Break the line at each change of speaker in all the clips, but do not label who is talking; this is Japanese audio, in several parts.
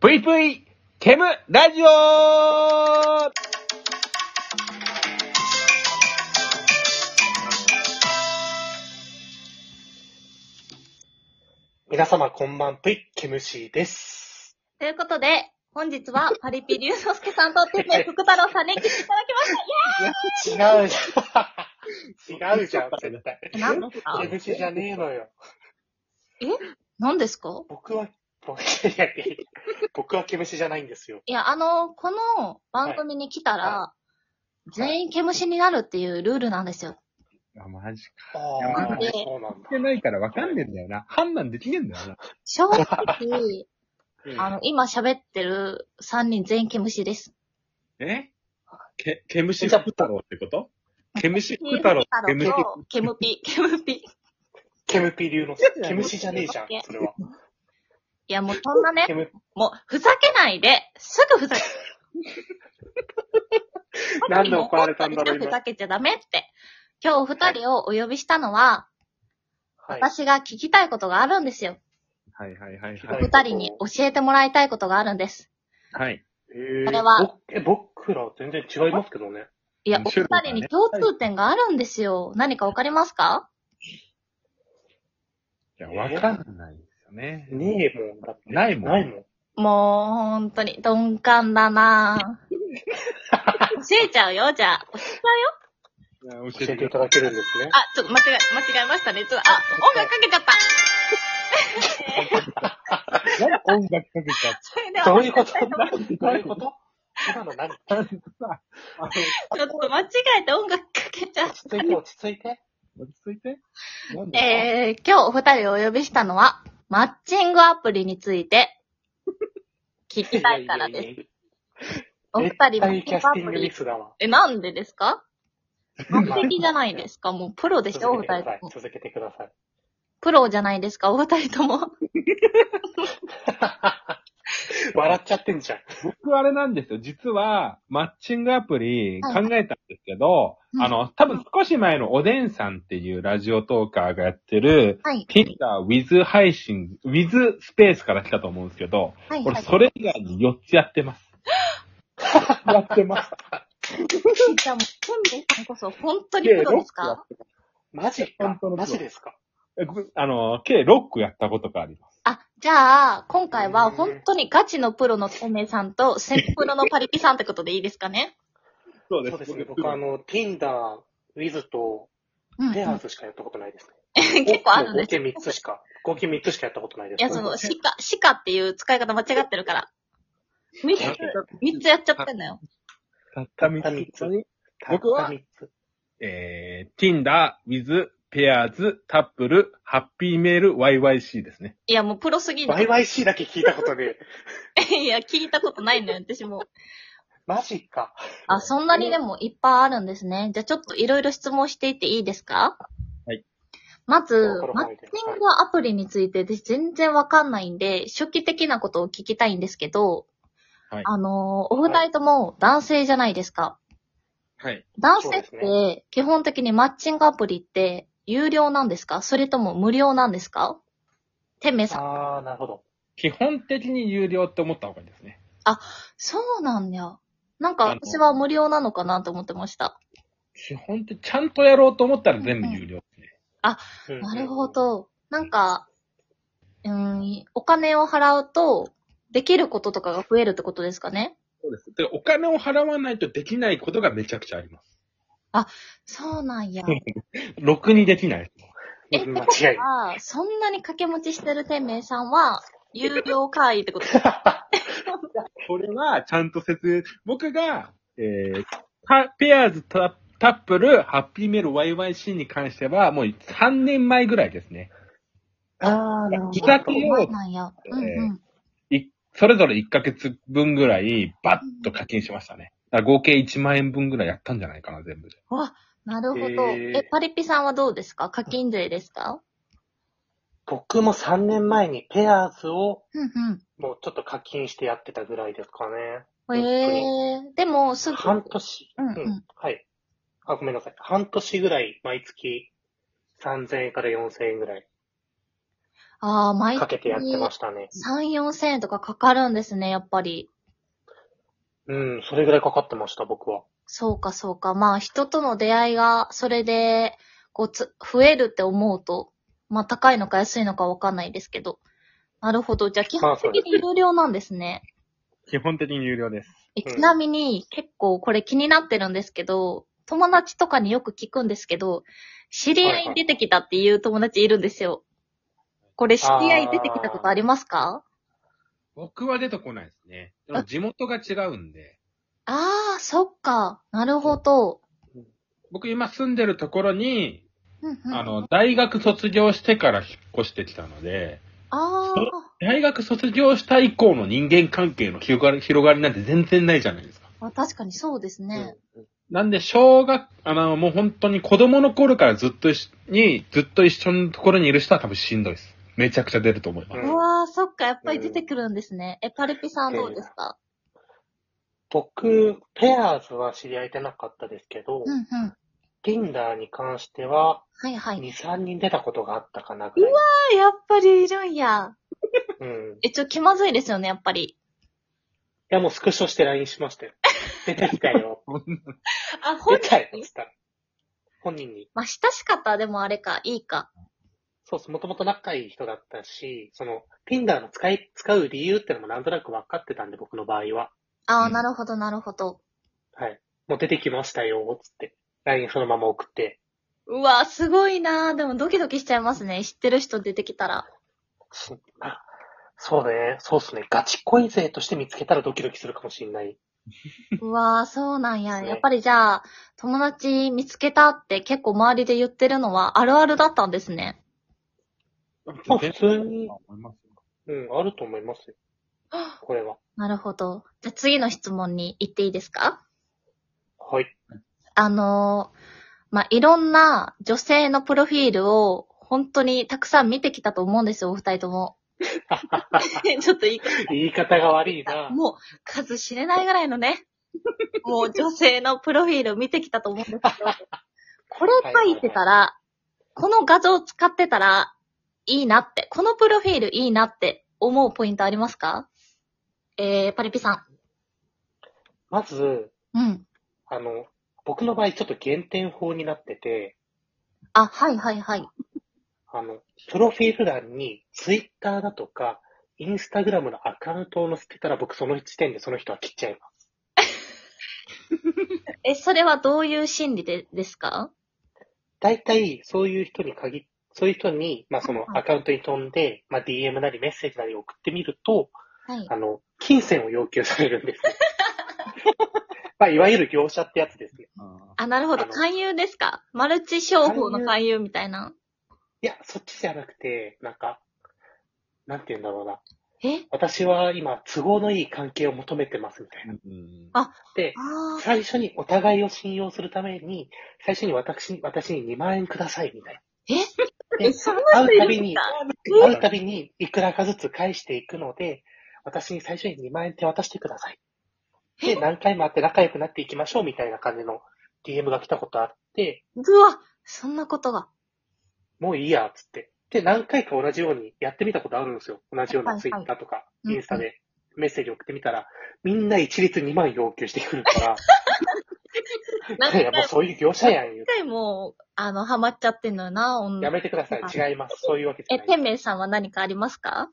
ぷいぷいケムラジオ皆様こんばんぷい、ケムシーです。
ということで、本日はパリピ龍之介さんと天命福太郎さんに来ていただき
違うじゃん。違うじゃん、絶対。
ました。何ですか
ケムシじゃねえのよ。
何ですか
僕は、僕いやいやいや僕はケムシじゃないんですよ。
いや、あの、この番組に来たら、全員毛虫になるっていうルールなんですよ。
あ、マジか。
あ
な
あ
ん、
で
そうなん
し
だ
て。ないからわかんねえんだよな。判断できねえんだよな。
正 直、
うん
あの、今喋ってる3人全員毛虫です。
えけ、ケムシ福太郎ってことケムシ福太郎、ケ
天
ム
命
シ
福太郎とケムピ、ケムピ。い
ケムピ流の、ケムシじゃねえじゃん、それは。
や、もうそんな
ケ
ね、
ム、
もうふざけないで、すぐふざけ、
なんで怒られたんだろう、
ふ
今。
ざけちゃダメって。今日お二人をお呼びしたのは、
はい。
私が聞きたいことがあるんですよ。
はいはいはい
は
はいい。
お二人に教えてもらいたいことがあるんです。
はい。
こ
これは。
ぼえ、僕ら全然違いますけどね。
いや、お
面白
二
いね
人に共通点があるんですよ。何かわかりますか
いや、わかんないですよね。
ねえもん、だって。
ないもん
ないもん。
もう、本当に鈍感だなぁ。 教えちゃうよ、じゃあ。
いや教
教えていただけるんですね。
あ、ちょっと間違え、間違えましたね。ちょっと、あ、音楽かけちゃった。
なんで音楽かけちゃっ
それでは、
どういうこと
て
どういうこと今の何落
たんでさ、あ
ちょっと間違えて音楽かけちゃっ
ち着いて、落ち着いて。
の、落ち着いて。なん
た。
だ
えー、今日お二人をお呼びしたのは、マッチングアプリについて、聞きたいからです。
す。
お二
絶
人マ
対
ッ
キ
チン
ャ
グア
ス
プ
ティング
リ
ミスだわ。
え、なんでですか完
まあ
璧じゃないですか。もうプロでしょ、お
続
二
けてくださ
人と
い
も。。
続けてください。
プロじゃないですか、お二人とも。
笑っちゃってんじゃん。
僕あれなんですよ。実は、マッチングアプリ考えたんですけど、
うん
あの、多分少し前のおでんさんっていうラジオトーカーがやってる、
はい。
Tinder with 配信、with スペースから来たと思うんですけど、
はい、は
俺、
い。
それ以外に4つやってます。やってます。
じゃあもう、ケンベイさんこそ、本当にプロです
いやロッ
か
マジか
本当のプロ
マジですか
えこあの、計6個やったことがあります。
あ、じゃあ、今回
う
は
ん
本当にガチのプロのケンベイさんと、セミプロのパリピさんってことでいいですかね
そ
そうですね。僕あの、Tinder、Wiz と
うん。
ペアーズ
結
しかやったことないですね。
構あるん
合
です
計
よ。
3つしか、合計3つしかやったことないで
い
す。
や、その、シカ、シカっていう使い方間違ってるから。三つ、三つやっちゃってんだよ。
たった
たった三
3
つ
つ。
僕
僕
は
は、えー、Tinder, with, pairs, tuple, happy mail, yyc ですね。
いや、もうプロすぎる。
YYC だけ聞いたことで、
いや、聞いたことないのよ、私も。
マジか。
あ、そんなにでもいっぱいあるんですね。じゃあちょっといろいろ質問していっていいですか
はい。
まず
これ、
マッ
もいいです
チングアプリについて私全然わかんないんで、初期的なことを聞きたいんですけど、
はい
あのー、お二人とも男性じゃないですか。
はい。
男性っ
そうで
て、基本的にマッチングアプリって有料なんですかそれとも無料なんですかてめさん。
あー、なるほど。
基本的に有料って思った方がいいですね。
そうなんや。なんか
あの
私は無料なのかなと思ってました。
基本ってちゃんとやろうと思ったら全部有料ですね。
なるほ。ど。なんか、うん、お金を払うと、できることとかが増えるってことですかね
そうです。で、お金を払わないとできないことがめちゃくちゃあります。
そうなんや。
ろくにできない。
間
え
違いない。
ああ、そんなに掛け持ちしてる天明さんは、有料会員ってことですか
これは、ちゃんと説明、僕が、えー、タペアーズタタップル、ハッピーメール YYC に関しては、もう3年前ぐらいですね。
あー、なるほ
自宅
そう
を、
なんや。うんうん。
いそれぞれ1ヶ月分ぐらい、バッと課金しましたね。だから合計1万円分ぐらいやったんじゃないかな、全部で。
なるほど。
へえ
え、パリピさんはどうですか課金税ですか
僕も3年前にペアーズを、
うん
もうちょっと課金してやってたぐらいですかね。
うん。へえでも、すぐ。
半年。
うんうん
はい。あ、ごめんなさい。半年ぐらい、毎月3000円から4000円ぐらい。
ああ、毎
かけてやってましたね。
3、4千円とかかかるんですね、やっぱり。
うん、それぐらいかかってました、僕は。
そうか、そうか。まあ、人との出会いが、それで、こうつ、増えるって思うと、まあ、高いのか安いのかわかんないですけど。なるほど。じゃあ、基本的に有料なんですね。
基本的に有料です。
え
うん
ちなみに、結構これ気になってるんですけど、友達とかによく聞くんですけど、知り合いに出てきたっていう友達いるんですよ。これ知り合い出てきたことありますか
僕は出てこないですね。でも地元が違うんで、
ああー、そっか。なるほど。
僕今住んでるところに、
うんうん、
あの、大学卒業してから引っ越してきたので、
ああ、
大学卒業した以降の人間関係の広がり、広がりなんて全然ないじゃないですか。
まあ、確かにそうですね。
なんで、小学、あの、もう本当に子供の頃からずっと一緒に、ずっと一緒のところにいる人は多分しんどいです。めちゃくちゃ出ると思います。
う
うん
わあ、そっか、やっぱり出てくるんですね。え、パルピさんどうですか、
僕、ペアーズは知り合いでなかったですけど、
うんうん。
Tinder に関しては、
はいはい。
2、3人出たことがあったかなぐらい。
あ、やっぱりいるんや。
うん。い
え、ちょ、気まずいですよね、やっぱり。
や、もうスクショして LINE しましたよ。出てきたよ。
あ、 本
出
当
たよ。
に
つったら本人に。
まあ、親しかったらでもあれか、いいか。
そうそう、もともと仲いい人だったし、その、Tinder の使い、使う理由ってのもなんとなく分かってたんで、僕の場合は。
ああ、
うん
なるほど、なるほど。
はい。もう出てきましたよ、つって。LINE そのまま送って。
うわ、すごいなーでもドキドキしちゃいますね。知ってる人出てきたら。
そあそうね、そうっすね。ガチ恋勢として見つけたらドキドキするかもしれない。
うわー、そうなんや。
そう
やっぱりじゃあ、友達見つけたって結構周りで言ってるのはあるあるだったんですね。
まあ普通に、
思いますよ
うん、あると思いますよ。これは。
なるほど。じゃあ次の質問に行っていいですか
はい。
あのーまあ、いろんな女性のプロフィールを本当にたくさん見てきたと思うんですよ、お二人とも。ちょっといい
言い方が悪いな。
もう数知れないぐらいのね、もう女性のプロフィールを見てきたと思うんですけど、これ書いてたら、この画像を使ってたらいいなって、このプロフィールいいなって思うポイントありますかえー、パリピさ
まず、
ん。うん。
あの、僕の場合ちょっと減点法になってて、
あ、はいはいはい。
あの、プロフィール欄に Twitter だとか、インスタグラムのアカウントを載せてたら僕その時点でその人は切っちゃいま
え、それはどういう心理でですか
す。大体、そういう人に限っそういう人に、まあそのアカウントに飛んで、まあ DM なりメッセージなり送ってみると、
はい。
あの、金銭を要求されるんです。 まあ、いわゆる業者ってやつですね。
あ、なるほど。
あの
勧誘ですかマルチ商法の勧誘みたいな。
いや、そっちじゃなくて、なんか、なんて言うんだろうな。
え
私は今、都合のいい関係を求めてますみたいな。
うん
で、
あー
最初にお互いを信用するために、最初に私に、私に2万円くださいみたい
え、そんな
な。会うた
人い
び
るん
に
だ、
会うたびに、いくらかずつ返していくので、私に最初に2万円手渡してください。で、何回も会って仲良くなっていきましょうみたいな感じの DM が来たことあって、
うわ、そんなことが。
もういいや、つって。で、何回か同じようにやってみたことあるんですよ。同じよう
は
な
いは
ツ
い
イッターとか、
うんうん
インスタでメッセージ送ってみたら、みんな一律2万要求してくる か
何
ら、い
回
や、
も
もうそういう業者やん、言う
一回もう、あの、ハマっちゃってんのよな、
や
女。
めてください。違います。そういうわけじ
え、
ゃな
天
い。
明さんは何かありますか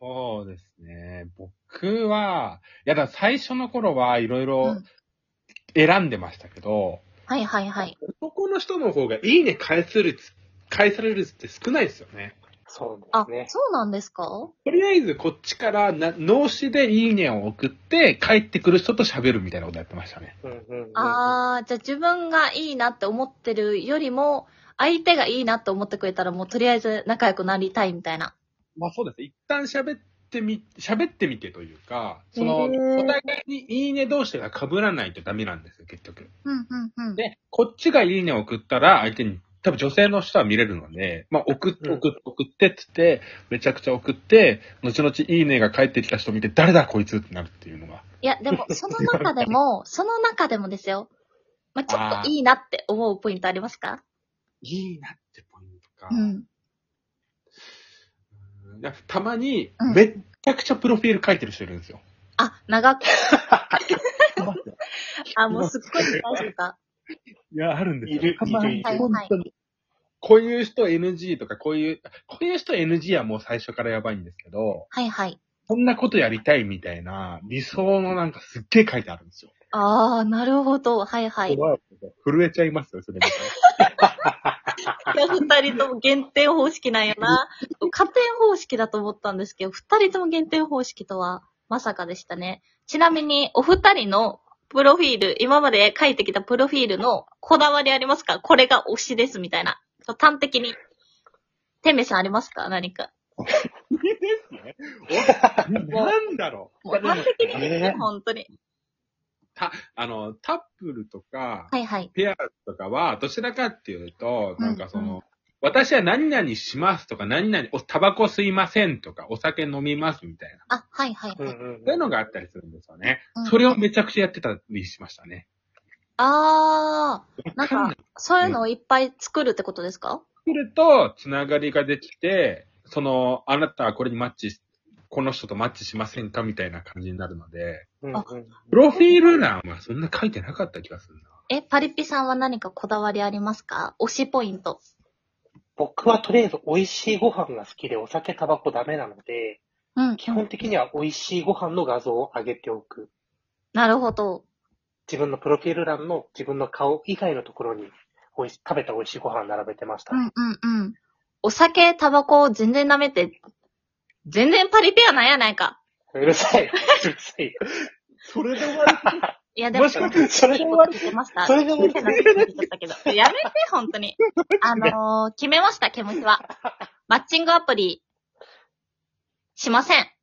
そうですね。僕は、いやだ、最初の頃はいろいうろ
ん
選んでましたけど、
はいはいはい。
男の人の方がいいね返す率、返される率って少ないですよね。
そうで
あ
す、ね。
そうなんですか
とりあえずこっちからな脳死でいいねを送って帰ってくる人と喋るみたいなことやってましたね。
うんうんうんうん
あー、じゃあ自分がいいなって思ってるよりも、相手がいいなって思ってくれたらもうとりあえず仲良くなりたいみたいな。
まあそうです。一旦喋ってみ、喋ってみてというか、そ
へ
の、
ー
お互いにいいね同士が被らないとダメなんですよ、結局。
うんうんうん。
で、こっちがいいねを送ったら、相手に、多分女性の人は見れるので、まあ、送って、
うん
送って、送ってってって、めちゃくちゃ送って、後々いいねが返ってきた人見て、誰だこいつってなるっていうのが。
いや、でも、その中でも、その中でもですよ。まあ、ちょっといいなって思うポイントありますか
いいなってポイントか。
うん。
いやたまに
う、ん
めっちゃくちゃプロフィール書いてる人いるんですよ。
あ、長く、
いますよ
あ、もうすっごい大丈夫 か。
いや、あるんですよ。
いる
たま
いる
に
いる
本当に。こういう人 NG とか、こういう、こういう人 NG はもう最初からやばいんですけど、
はいはい。
こんなことやりたいみたいな理想のなんかすっげえ書いてあるんですよ。
あー、なるほど。はいはい。い
怖い震え ちゃいますよ、それ見た
や、二人とも減点方式なんやな。加点方式だと思ったんですけど、二人とも減点方式とは、まさかでしたね。ちなみに、お二人のプロフィール、今まで書いてきたプロフィールのこだわりありますかこれが推しです、みたいな。ちょっと端的に。てめさんありますか何か。
らなんだろう
もう端的に言って
えー
本当に。
あの、タップルとか、
はいはい。
ペアーズとかは、どちらかっていうと、
うん
なんかその、
うん
私は何々しますとか、何々、おタバコ吸いませんとか、お酒飲みますみたいな。
あ、はいはい、
うん
はい。
うんうん
そういうのがあったりするんですよね。
うん
それをめちゃくちゃやってたりしましたね。
あー、なん
わかんな
か、そういうのをいっぱい作るってことですか、
すると、つながりができて、その、あなたはこれにマッチし、この人とマッチしませんかみたいな感じになるので、
うんうん
プロフィール欄はそんな書いてなかった気がするな。
え、パリピさんは何かこだわりありますか推しポイント。
僕はとりあえず美味しいご飯が好きで、お酒、タバコダメなので、
うん。
基本的には美味しいご飯の画像を上げておく。
なるほど。
自分のプロフィール欄の自分の顔以外のところに、おいし食べた美味しいご飯並べてました。
うんうんうん。お酒、タバコを全然ダメって、全然パリピはなんやないか。
うるさい。うるさい。
それで終わる
い やでも、
もしか
それ
言
は
われてました。
それでも
みたいなこと言っちゃったけどやめて、本当に。あのー、決めました、ケムシは。マッチングアプリ、しません。